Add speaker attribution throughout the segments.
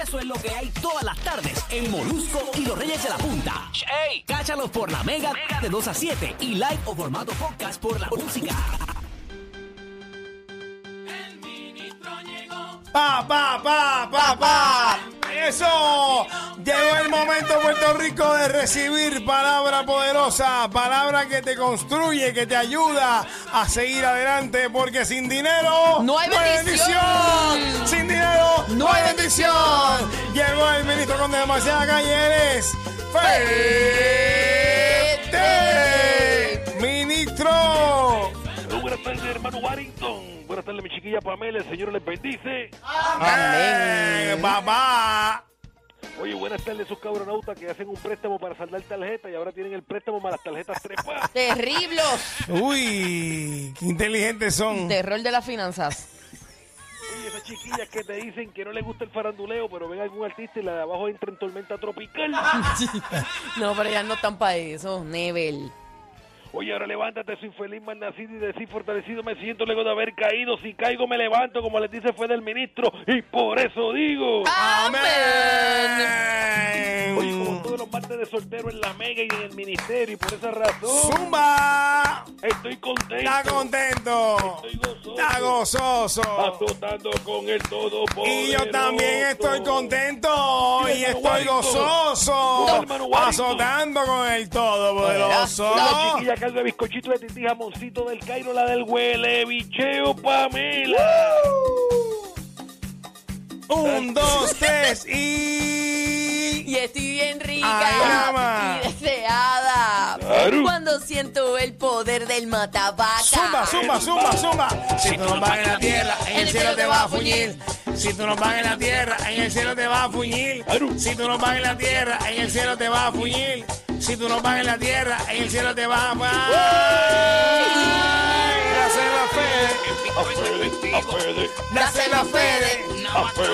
Speaker 1: Eso es lo que hay todas las tardes en Molusco y los Reyes de la Punta. ¡Ey! Cáchalos por la mega, mega de 2 a 7 y live o formato podcast por la música.
Speaker 2: Pa, pa, pa, pa, pa. Eso. Llegó el momento, Puerto Rico, de recibir palabra poderosa, palabra que te construye, que te ayuda a seguir adelante, porque sin dinero
Speaker 3: No hay bendición.
Speaker 2: Sin dinero no hay bendición. Llegó el ministro con demasiada calle, eres Fete. Ministro.
Speaker 4: Saludos, buenas tardes, hermano Warrington. Buenas tardes, mi chiquilla Pamela. El Señor les bendice.
Speaker 2: Amén. Eh, Papá.
Speaker 4: Oye, buenas tardes, esos cabronautas que hacen un préstamo para saldar tarjeta y ahora tienen el préstamo para las tarjetas trepadas.
Speaker 3: Terrible.
Speaker 2: Uy, qué inteligentes son.
Speaker 3: Terror de las finanzas.
Speaker 4: Oye, esas chiquillas que te dicen que no les gusta el faranduleo, pero ven algún artista y la de abajo entra en tormenta tropical.
Speaker 3: No, pero ya no están para eso. Nebel.
Speaker 4: Oye, ahora levántate, soy infeliz malnacido y decir fortalecido me siento luego de haber caído. Si caigo, me levanto, como les dice fue del ministro. Y por eso digo... Oye, como todos los martes de soltero en la mega y en el ministerio, y por esa razón
Speaker 2: Zumba.
Speaker 4: estoy contento.
Speaker 2: Está contento.
Speaker 4: Estoy gozoso.
Speaker 2: Está gozoso.
Speaker 4: azotando con el todo
Speaker 2: Y yo también estoy contento
Speaker 4: Sí,
Speaker 2: y
Speaker 4: hermano
Speaker 2: estoy
Speaker 4: Warrington.
Speaker 2: gozoso.
Speaker 4: No, hermano Warrington.
Speaker 2: Azotando con el todo, pues, poderoso.
Speaker 4: Pues, La chiquilla que de bizcochito de tití, jamoncito del Cairo, la del huele, bicheo, Pamela.
Speaker 2: Un, dos, tres y.
Speaker 3: Y estoy bien
Speaker 2: Ay,
Speaker 3: rica
Speaker 2: ama.
Speaker 3: y deseada.
Speaker 4: Claro.
Speaker 3: Cuando siento el poder del matabaca.
Speaker 2: Zumba, zumba, zumba, zumba. Si tú no vas en la tierra, en el cielo te vas a fuñir. Si tú no vas en la tierra, en el cielo te vas a fuñir. Si tú no vas en la tierra, en el cielo te vas a fuñir. Si tú no vas en la tierra, en el cielo te vas a fuñir. Nace la fe, nace la fe, nace la fe,
Speaker 4: ah, pues,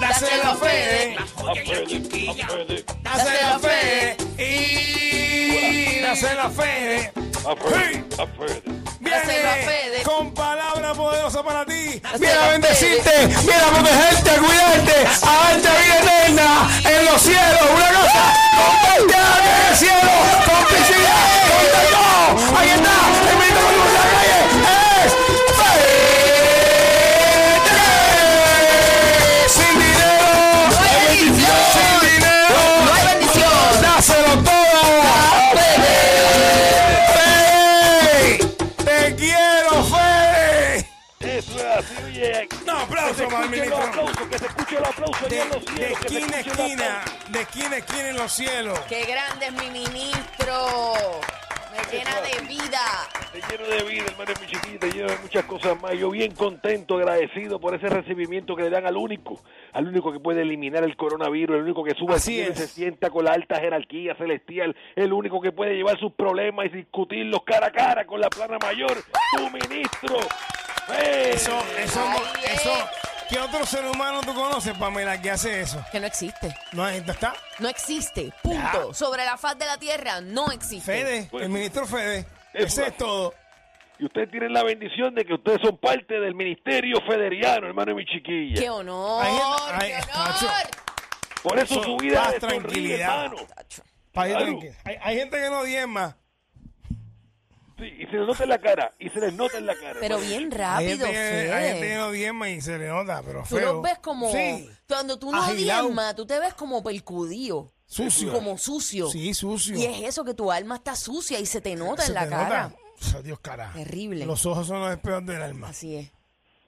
Speaker 2: nace la fe. Y nace la fe. Sí.
Speaker 3: Hace la fe de-
Speaker 2: Viene con palabra poderosa para ti. Viene
Speaker 3: la
Speaker 2: a
Speaker 3: fe
Speaker 2: bendecirte, viene a protegerte, a cuidarte, a darte vida eterna en los cielos. Una cosa, compartida en el cielo, complicidad, con todo. Ahí está, el ministro con luz de la calle es Fede. Sin dinero,
Speaker 3: No hay bendición.
Speaker 2: sin dinero,
Speaker 3: No hay bendición.
Speaker 2: dáselo todo. Fede, te quiero, Fede.
Speaker 4: Eso es así, oye.
Speaker 2: Un aplauso para el
Speaker 4: Que se escuche el
Speaker 2: ministro.
Speaker 4: aplauso, que se escuche el aplauso
Speaker 2: De,
Speaker 4: allá en los
Speaker 2: de
Speaker 4: cielos,
Speaker 2: esquina a
Speaker 4: que se escuche el
Speaker 2: esquina,
Speaker 4: aplauso.
Speaker 2: de esquina a esquina en los cielos.
Speaker 3: Qué grande es mi ministro. Me llena de vida.
Speaker 4: Te lleno de vida, hermano, mi chiquilla, te lleno de muchas cosas más. Yo bien contento, agradecido por ese recibimiento que le dan al único, al único que puede eliminar el coronavirus, el único que sube al
Speaker 2: Así
Speaker 4: cielo y
Speaker 2: es.
Speaker 4: se sienta con la alta jerarquía celestial, el único que puede llevar sus problemas y discutirlos cara a cara con la plana mayor, tu ministro. ¡Eh!
Speaker 2: Eso, eso,
Speaker 3: Ahí
Speaker 2: eso.
Speaker 3: es.
Speaker 2: ¿Qué otro ser humano tú conoces, Pamela, que hace eso?
Speaker 3: Que no existe.
Speaker 2: No, ahí está.
Speaker 3: No existe. Punto. Sobre la faz de la tierra no existe.
Speaker 4: Eh,
Speaker 2: Fede,
Speaker 4: pues,
Speaker 2: el ministro Fede. Ese es todo.
Speaker 4: Y ustedes tienen la bendición de que ustedes son parte del ministerio federiano, hermano, mi chiquilla.
Speaker 3: Qué honor.
Speaker 2: Ahí está, ahí
Speaker 3: qué
Speaker 2: está,
Speaker 3: honor.
Speaker 2: macho.
Speaker 4: Por eso
Speaker 2: Eso,
Speaker 4: su vida
Speaker 2: paz,
Speaker 4: es tranquilidad,
Speaker 2: tranquilidad.
Speaker 4: hermano.
Speaker 2: Pa' ir
Speaker 4: Claro.
Speaker 2: tranquilo. Hay, hay gente que no diezma.
Speaker 4: Sí, y se les nota en la cara, y se les nota en la cara.
Speaker 3: Pero
Speaker 4: hermano.
Speaker 3: bien
Speaker 2: Hay
Speaker 3: rápido,
Speaker 2: gente, que, hay gente que
Speaker 3: Fede.
Speaker 2: no diezma y se le nota, pero
Speaker 3: Tú
Speaker 2: feo.
Speaker 3: los ves como...
Speaker 2: Sí.
Speaker 3: Cuando tú no
Speaker 2: Agilao.
Speaker 3: diezmas, tú te ves como percudío.
Speaker 2: Sucio.
Speaker 3: Como sucio.
Speaker 2: Sí, sucio.
Speaker 3: Y es eso, que tu alma está sucia y se te nota
Speaker 2: Se
Speaker 3: en la
Speaker 2: te
Speaker 3: cara.
Speaker 2: nota. Pff, Dios, cara.
Speaker 3: Terrible.
Speaker 2: Los ojos son los espejos del alma.
Speaker 3: Así es.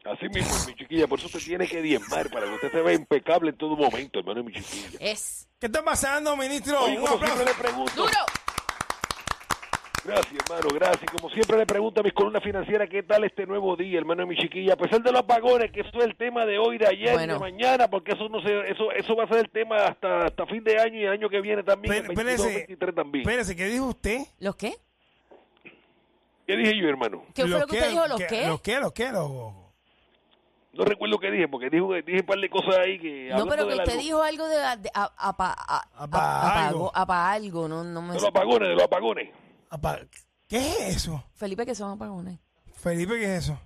Speaker 4: Así mismo, mi chiquilla, por eso usted tiene que diezmar, para que usted se vea impecable en todo momento, hermano, mi chiquilla.
Speaker 3: Es
Speaker 2: ¿Qué está pasando, ministro? Un
Speaker 4: Oye, como
Speaker 2: aplauso.
Speaker 4: siempre le pregunto,
Speaker 3: duro.
Speaker 4: gracias hermano, gracias. Y Como siempre le pregunto a mis columnas financieras, ¿qué tal este nuevo día, hermano mi chiquilla? A pesar de los apagones, que eso es el tema de hoy, de ayer,
Speaker 3: Bueno.
Speaker 4: de mañana, porque eso no se, eso, eso va a ser el tema hasta, hasta fin de año y año que viene también, el
Speaker 2: Espérese,
Speaker 4: 22, 23 también.
Speaker 2: espérese, ¿qué dijo usted?
Speaker 3: ¿Los qué?
Speaker 4: ¿Qué dije yo, hermano?
Speaker 3: ¿Qué fue lo que usted dijo? ¿Los qué?
Speaker 2: Los qué, los qué, los-
Speaker 4: No recuerdo qué dije, porque dijo, dije un par de cosas ahí que...
Speaker 3: No,
Speaker 4: hablando
Speaker 3: pero
Speaker 4: de
Speaker 3: que
Speaker 4: la
Speaker 3: usted
Speaker 4: luz.
Speaker 3: dijo algo de... de- a- apa- a- a-
Speaker 2: Apa-
Speaker 3: apago-
Speaker 2: algo.
Speaker 3: apa- algo, no, no me...
Speaker 4: De los apagones, de los apagones.
Speaker 2: Apa- ¿Qué es eso?
Speaker 3: Felipe, que son apagones.
Speaker 2: Felipe, ¿qué es eso?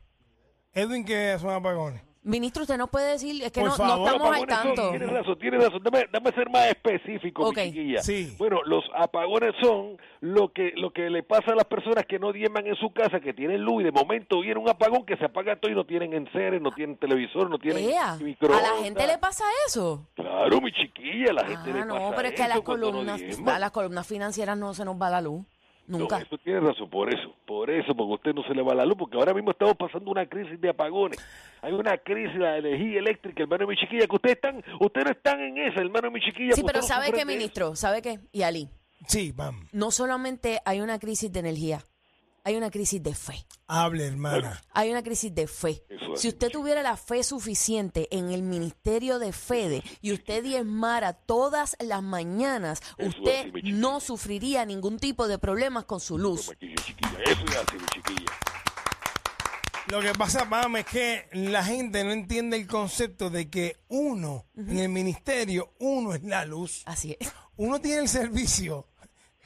Speaker 2: Edwin, ¿qué son apagones?
Speaker 3: Ministro, usted no puede decir, es que
Speaker 2: Por
Speaker 3: no, no
Speaker 2: favor.
Speaker 3: estamos al
Speaker 4: Los apagones
Speaker 3: tanto.
Speaker 4: son- Tienes razón, tienes razón. Dame, dame ser más específico, mi
Speaker 3: Ok.
Speaker 4: chiquilla.
Speaker 2: Sí.
Speaker 4: Bueno, los apagones son lo que lo que le pasa a las personas que no dieman en su casa, que tienen luz y de momento viene un apagón que se apaga todo y no tienen enseres, no tienen televisor, no tienen
Speaker 3: Ea,
Speaker 4: microondas.
Speaker 3: a la gente le pasa eso.
Speaker 4: Claro, mi chiquilla, a la gente le
Speaker 3: ah,
Speaker 4: pasa
Speaker 3: no, pero es que a las
Speaker 4: eso cuando no
Speaker 3: columnas,
Speaker 4: diezma.
Speaker 3: a las columnas financieras no se nos va la luz. Nunca.
Speaker 4: No, eso tiene razón, por eso, por eso, porque a usted no se le va la luz, porque ahora mismo estamos pasando una crisis de apagones. Hay una crisis de la energía eléctrica, hermano de mi chiquilla, que ustedes están, ustedes no están en esa, hermano de mi chiquilla.
Speaker 3: sí,
Speaker 4: que
Speaker 3: pero
Speaker 4: usted no
Speaker 3: ¿sabe qué,
Speaker 4: comprende
Speaker 3: ministro? ¿Sabe qué? Y Ali,
Speaker 2: Sí, vamos.
Speaker 3: no solamente hay una crisis de energía, hay una crisis de fe.
Speaker 2: Hable, hermana.
Speaker 3: Hay una crisis de fe.
Speaker 4: Eso es.
Speaker 3: Si usted tuviera la fe suficiente en el ministerio de Fede y usted diezmara todas las mañanas,
Speaker 4: Eso es,
Speaker 3: usted
Speaker 4: sí, mi chiquilla.
Speaker 3: no sufriría ningún tipo de problemas con su
Speaker 4: eso,
Speaker 3: luz.
Speaker 4: mi chiquilla, eso es así, mi chiquilla.
Speaker 2: Lo que pasa, Pam, es que la gente no entiende el concepto de que uno, en el ministerio, uno es la luz.
Speaker 3: Así es.
Speaker 2: Uno tiene el servicio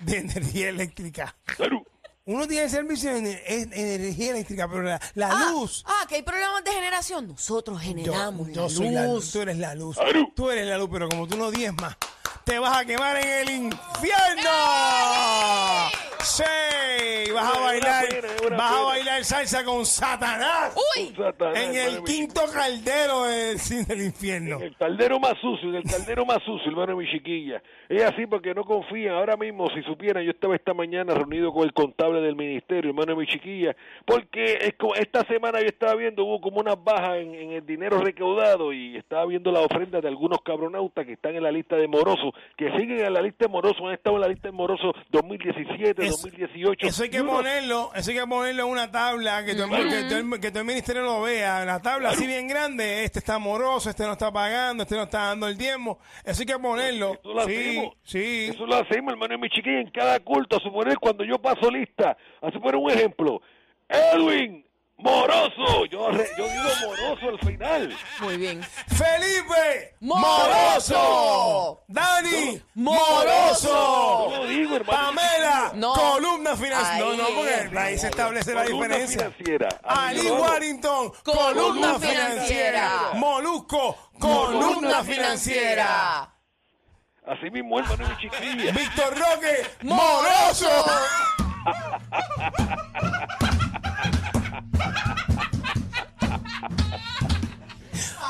Speaker 2: de energía eléctrica.
Speaker 4: Salud.
Speaker 2: Uno tiene el servicio de ener- en- energía eléctrica, pero la, la
Speaker 3: Ah,
Speaker 2: luz.
Speaker 3: Ah, que hay problemas de generación. Nosotros generamos
Speaker 2: yo
Speaker 3: la
Speaker 2: soy
Speaker 3: luz.
Speaker 2: la luz. Tú eres la luz.
Speaker 4: Aru.
Speaker 2: Tú eres la luz, pero como tú no diezmas, te vas a quemar en el infierno. Sí, vas a
Speaker 4: Una
Speaker 2: bailar,
Speaker 4: pena, una
Speaker 2: vas a
Speaker 4: pena.
Speaker 2: bailar salsa con Satanás
Speaker 3: ¡Uy!
Speaker 4: Satanás,
Speaker 2: en
Speaker 4: hermano de
Speaker 2: el
Speaker 4: mi
Speaker 2: quinto caldero del cine del infierno.
Speaker 4: En el caldero más sucio, en el caldero más sucio, hermano de mi chiquilla. Es así porque no confían. Ahora mismo, si supieran, yo estaba esta mañana reunido con el contable del ministerio, hermano de mi chiquilla, porque es co- esta semana yo estaba viendo, hubo como unas bajas en, en el dinero recaudado y estaba viendo las ofrendas de algunos cabronautas que están en la lista de morosos, que siguen en la lista de morosos, han estado en la lista de morosos 2017,
Speaker 2: Eso-
Speaker 4: 2018.
Speaker 2: Eso hay
Speaker 4: Y
Speaker 2: que
Speaker 4: uno-
Speaker 2: ponerlo, eso hay que ponerlo en una tabla, que todo, el, que todo el- que todo el ministerio lo vea, la tabla así bien grande, este está amoroso, este no está pagando, este no está dando el diezmo, eso hay que ponerlo.
Speaker 4: Eso lo
Speaker 2: sí,
Speaker 4: hacemos.
Speaker 2: sí.
Speaker 4: Eso lo hacemos, hermano de mi chiquilla, en cada culto. A suponer cuando yo paso lista, a suponer un ejemplo. Edwin Moroso. Yo, re- yo digo Moroso al final.
Speaker 3: Muy bien.
Speaker 2: Felipe
Speaker 3: Moroso.
Speaker 2: Dani
Speaker 3: Moroso.
Speaker 2: Moroso.
Speaker 4: Yo lo digo, hermano.
Speaker 2: Pamela,
Speaker 3: No.
Speaker 2: columna financiera. No,
Speaker 3: Ahí
Speaker 2: no,
Speaker 3: es.
Speaker 2: porque ahí se establece la
Speaker 4: Columna
Speaker 2: diferencia.
Speaker 4: financiera.
Speaker 2: Ali
Speaker 4: Amigo.
Speaker 2: Warrington,
Speaker 3: Columna
Speaker 2: columna
Speaker 3: financiera.
Speaker 2: financiera. Molusco, columna financiera.
Speaker 4: Así mismo, hermano de mi chiquilla.
Speaker 2: Víctor Roque, Moroso.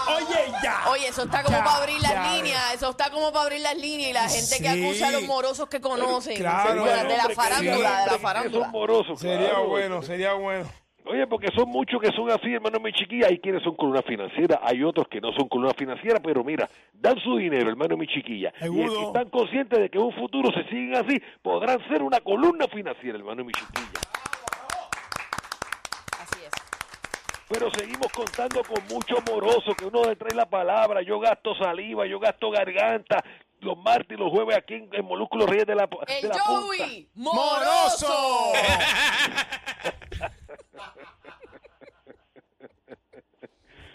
Speaker 2: Oye, ya.
Speaker 3: Oye, eso está como
Speaker 2: Ya,
Speaker 3: para abrir las
Speaker 2: ya,
Speaker 3: líneas. Eso está como para abrir las líneas y la gente que
Speaker 2: Sí.
Speaker 3: acusa a los morosos que conocen.
Speaker 2: Claro,
Speaker 3: de la- de la
Speaker 4: Hombre, que
Speaker 3: farándula, de
Speaker 4: siempre
Speaker 3: la
Speaker 4: que Son
Speaker 3: farándula.
Speaker 4: morosos.
Speaker 2: Sería
Speaker 4: claro.
Speaker 2: bueno, sería bueno.
Speaker 4: Oye, porque son muchos que son así, hermano mi chiquilla. Hay quienes son columna financiera, hay otros que no son columna financiera, pero mira, dan su dinero, hermano mi chiquilla. Y
Speaker 2: Seguro.
Speaker 4: si están conscientes de que en un futuro se siguen así, podrán ser una columna financiera, hermano mi chiquilla.
Speaker 3: Así es.
Speaker 4: Pero seguimos contando con mucho moroso, que uno le trae la palabra. Yo gasto saliva, yo gasto garganta. Los martes y los jueves aquí en, en Molúsculo Reyes de la, de
Speaker 3: El
Speaker 4: la Punta.
Speaker 3: Joey Moroso.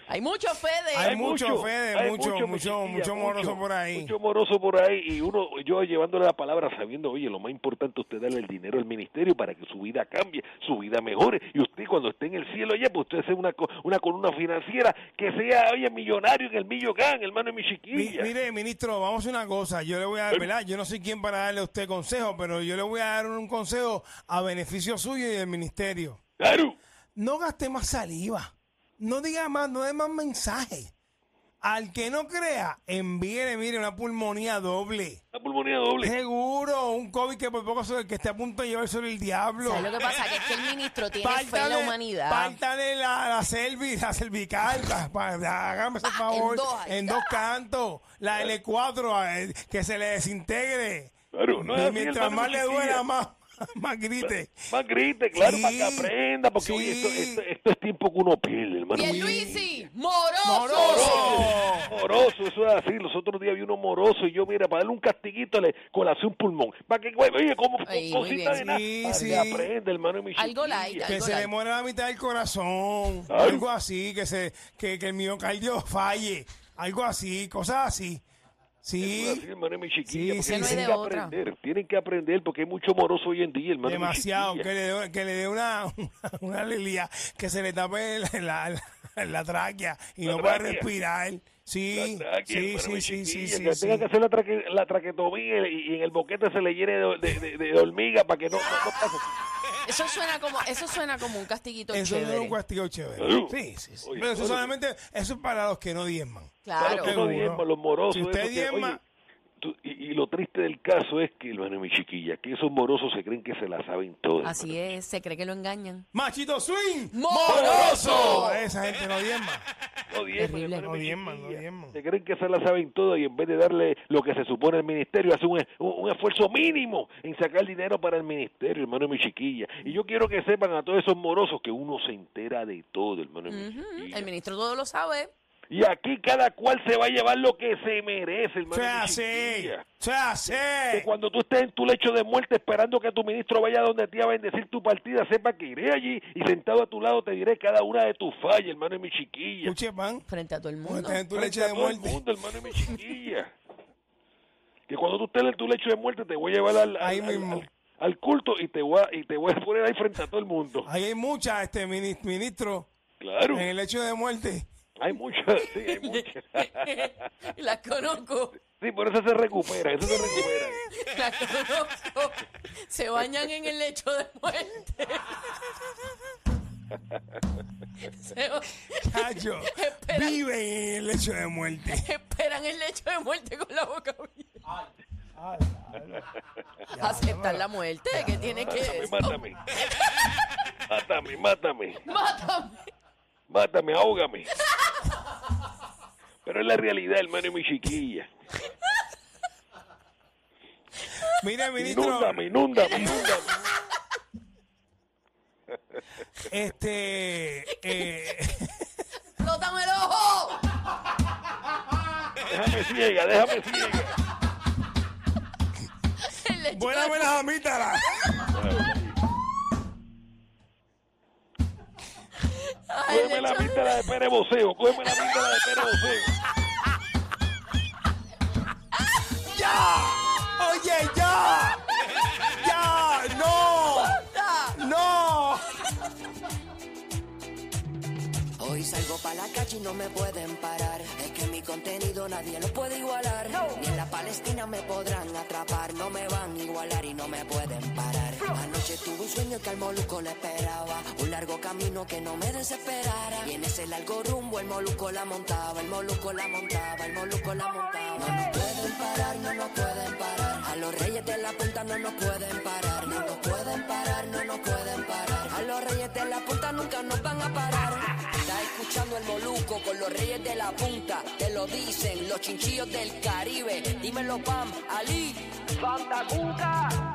Speaker 3: Hay mucho fe de
Speaker 2: Hay mucho, Fede,
Speaker 4: hay
Speaker 2: mucho,
Speaker 4: mi
Speaker 2: mucho,
Speaker 4: chiquilla,
Speaker 2: mucho moroso por ahí.
Speaker 4: Mucho moroso por ahí. Y uno, yo llevándole la palabra sabiendo, oye, lo más importante usted darle el dinero al ministerio para que su vida cambie, su vida mejore. Y usted cuando esté en el cielo, oye, pues usted sea una, co- una columna financiera que sea, oye, millonario en el Millogán, hermano de mi
Speaker 2: Mi-
Speaker 4: chiquilla.
Speaker 2: mire, ministro, vamos a hacer una cosa. Yo le voy a dar, ¿verdad? Yo no soy quien para darle a usted consejo, pero yo le voy a dar un consejo a beneficio suyo y del ministerio.
Speaker 4: Claro.
Speaker 2: No gaste más saliva. No diga más, no dé más mensajes. Al que no crea, envíele, mire, una pulmonía doble.
Speaker 4: La pulmonía doble.
Speaker 2: Seguro, un COVID que por poco sobre el que esté a punto de llevar sobre el diablo.
Speaker 3: ¿Sabes lo que pasa? Que es que el ministro tiene fe en la
Speaker 2: Pártale-
Speaker 3: humanidad.
Speaker 2: Pártale la, la cerviz, la cervical. pa- pa- hágame ese favor.
Speaker 3: Ah, en dos, ahí
Speaker 2: En dos cantos. La L4, a ver, que se le desintegre.
Speaker 4: Claro, no es
Speaker 2: Y
Speaker 4: así,
Speaker 2: mientras
Speaker 4: hermano, eh.
Speaker 2: más le
Speaker 4: chiquilla.
Speaker 2: duela, más, más grite.
Speaker 4: Más grite, claro,
Speaker 2: Sí,
Speaker 4: para que aprenda, porque
Speaker 2: sí.
Speaker 4: oye, esto, esto- esto es tiempo que uno pierde, hermano.
Speaker 3: Pierluisi Moroso.
Speaker 2: ¡Moroso!
Speaker 4: Moroso, eso es así. Los otros días vi uno moroso y yo, mira, para darle un castiguito le colacé un pulmón. Para que, güey, oye, como
Speaker 3: Ay, muy bien.
Speaker 4: cosita de nada.
Speaker 2: Sí,
Speaker 4: para
Speaker 2: sí.
Speaker 4: que aprenda, hermano de mi
Speaker 3: Algo
Speaker 4: chiquilla.
Speaker 3: light,
Speaker 2: Que
Speaker 3: algo
Speaker 2: se
Speaker 3: light.
Speaker 2: le muera la mitad del corazón.
Speaker 4: Claro.
Speaker 2: Algo así, que se que, que el miocardio falle. Algo así, cosas así.
Speaker 4: Eso es así,
Speaker 2: Sí,
Speaker 4: hermano de mi chiquilla,
Speaker 2: Sí,
Speaker 4: porque
Speaker 2: sí,
Speaker 4: tienen
Speaker 2: sí.
Speaker 4: que
Speaker 3: No hay de otra.
Speaker 4: aprender, tienen que aprender porque hay mucho moroso hoy en día, hermano. de mi
Speaker 2: demasiado.
Speaker 4: chiquilla.
Speaker 2: Que le dé que le dé una, una, una lilia, que se le tape la- la- la en la tráquea y
Speaker 4: La
Speaker 2: no puede
Speaker 4: tráquea.
Speaker 2: respirar. Sí,
Speaker 4: La tráquea,
Speaker 2: sí,
Speaker 4: hermano,
Speaker 2: sí, sí,
Speaker 4: mi
Speaker 2: sí,
Speaker 4: chiquilla,
Speaker 2: sí,
Speaker 4: Que
Speaker 2: sí.
Speaker 4: tenga que hacer la, traque- la traquetomía y, y en el boquete se le llene de, de, de- de hormiga para que no, no, no pase.
Speaker 3: Eso suena como, eso suena como un castiguito
Speaker 2: Eso no es
Speaker 3: chévere.
Speaker 2: un castigo chévere.
Speaker 4: Salud.
Speaker 2: Sí, sí, sí.
Speaker 4: Oye,
Speaker 2: Pero eso
Speaker 4: oye.
Speaker 2: solamente, eso es para los que no diezman.
Speaker 3: Claro.
Speaker 4: Claro, que no diezma, los morosos.
Speaker 2: Si usted
Speaker 4: esos que,
Speaker 2: diezma-
Speaker 4: oye, tú- y, y lo triste del caso es que, hermano, mi chiquilla, que esos morosos se creen que se la saben todas.
Speaker 3: Así es, se cree que lo engañan.
Speaker 2: Machito Swing.
Speaker 3: ¡Moroso!
Speaker 2: Esa gente no diezma.
Speaker 4: No diezman,
Speaker 3: Terrible.
Speaker 4: hermano,
Speaker 2: No
Speaker 4: mi
Speaker 2: diezman, no
Speaker 4: chiquilla.
Speaker 2: diezman.
Speaker 4: Se creen que se la saben todas y en vez de darle lo que se supone al ministerio, hace un, un- un esfuerzo mínimo en sacar dinero para el ministerio, hermano mi chiquilla. Y yo quiero que sepan a todos esos morosos que uno se entera de todo, hermano mi
Speaker 3: Ujú,
Speaker 4: chiquilla.
Speaker 3: El ministro todo lo sabe.
Speaker 4: Y aquí cada cual se va a llevar lo que se merece, hermano
Speaker 2: Se
Speaker 4: mi
Speaker 2: hace.
Speaker 4: chiquilla.
Speaker 2: Se
Speaker 4: Que
Speaker 2: hace.
Speaker 4: cuando tú estés en tu lecho de muerte esperando que tu ministro vaya donde te va a bendecir tu partida, sepa que iré allí y sentado a tu lado te diré cada una de tus fallas, hermano mi chiquilla.
Speaker 2: Escuche, pan.
Speaker 3: Frente a todo el
Speaker 2: Cuando
Speaker 3: mundo.
Speaker 2: estés en tu
Speaker 4: Frente
Speaker 2: leche
Speaker 4: a
Speaker 2: de
Speaker 4: todo el
Speaker 2: muerte.
Speaker 4: mundo, hermano mi chiquilla. Que cuando tú estés en tu lecho de muerte te voy a llevar al, al-
Speaker 2: Ahí
Speaker 4: al-
Speaker 2: mismo.
Speaker 4: al- al culto y te voy a, y te voy a poner ahí frente a todo el mundo.
Speaker 2: Ahí hay muchas, este mini- ministro,
Speaker 4: Claro,
Speaker 2: en el hecho de muerte.
Speaker 4: hay muchas, sí, hay muchas.
Speaker 3: Y las conozco.
Speaker 4: Sí, por eso se recupera, eso se recupera.
Speaker 3: Las conozco. Se bañan en el lecho de muerte. Se ba-
Speaker 2: Cacho,
Speaker 3: Espera.
Speaker 2: viven en el hecho de muerte.
Speaker 3: esperan el lecho de muerte con la boca abierta. Aceptar la muerte, que tiene que.
Speaker 4: Mátame, mátame. Mátame, mátame.
Speaker 3: Mátame.
Speaker 4: Mátame, ahógame. Pero es la realidad, hermano, y mi chiquilla.
Speaker 2: Mire, ministro,
Speaker 4: Inúndame, inúndame, inúndame.
Speaker 2: este. eh,
Speaker 3: ¡Flótame el ojo!
Speaker 4: Déjame ciega, déjame ciega.
Speaker 3: El lecho de
Speaker 2: Buéname las amígdalas.
Speaker 3: Ay, el
Speaker 4: Cógeme la
Speaker 3: lecho de-
Speaker 4: píldora de Pérez Boceo, cógeme la píldora de Pérez Boceo.
Speaker 2: ¡Ya! ¡Oye, ya! ¡Ya! ¡No! ¡No!
Speaker 5: Hoy salgo pa' la calle y no me pueden parar. Es que mi contenido nadie lo puede igualar. Ni en la Palestina me podrán atrapar. No me van a igualar y no me pueden parar. Anoche tuve un sueño que al moluco le esperaba. Un largo camino que no me desesperara. Y en ese largo rumbo el moluco la montaba. El moluco la montaba, el moluco la montaba. No nos pueden parar, no nos pueden parar. A los reyes de la punta no nos pueden parar. No nos pueden parar, no nos pueden parar. A los reyes de la punta nunca nos van a parar. Está escuchando el moluco con los reyes de la punta. Te lo dicen los chinchillos del Caribe. Dímelo, Pam, Ali. Santa Cuca.